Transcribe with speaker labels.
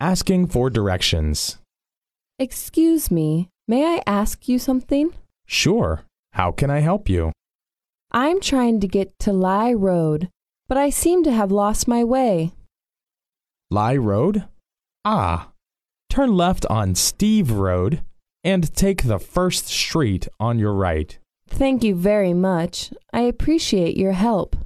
Speaker 1: asking for directions.
Speaker 2: Excuse me, may I ask you something?
Speaker 1: Sure, how can I help you?
Speaker 2: I'm trying to get to Lye Road, but I seem to have lost my way.
Speaker 1: Lye Road? Ah, turn left on Steve Road and take the first street on your right.
Speaker 2: Thank you very much. I appreciate your help.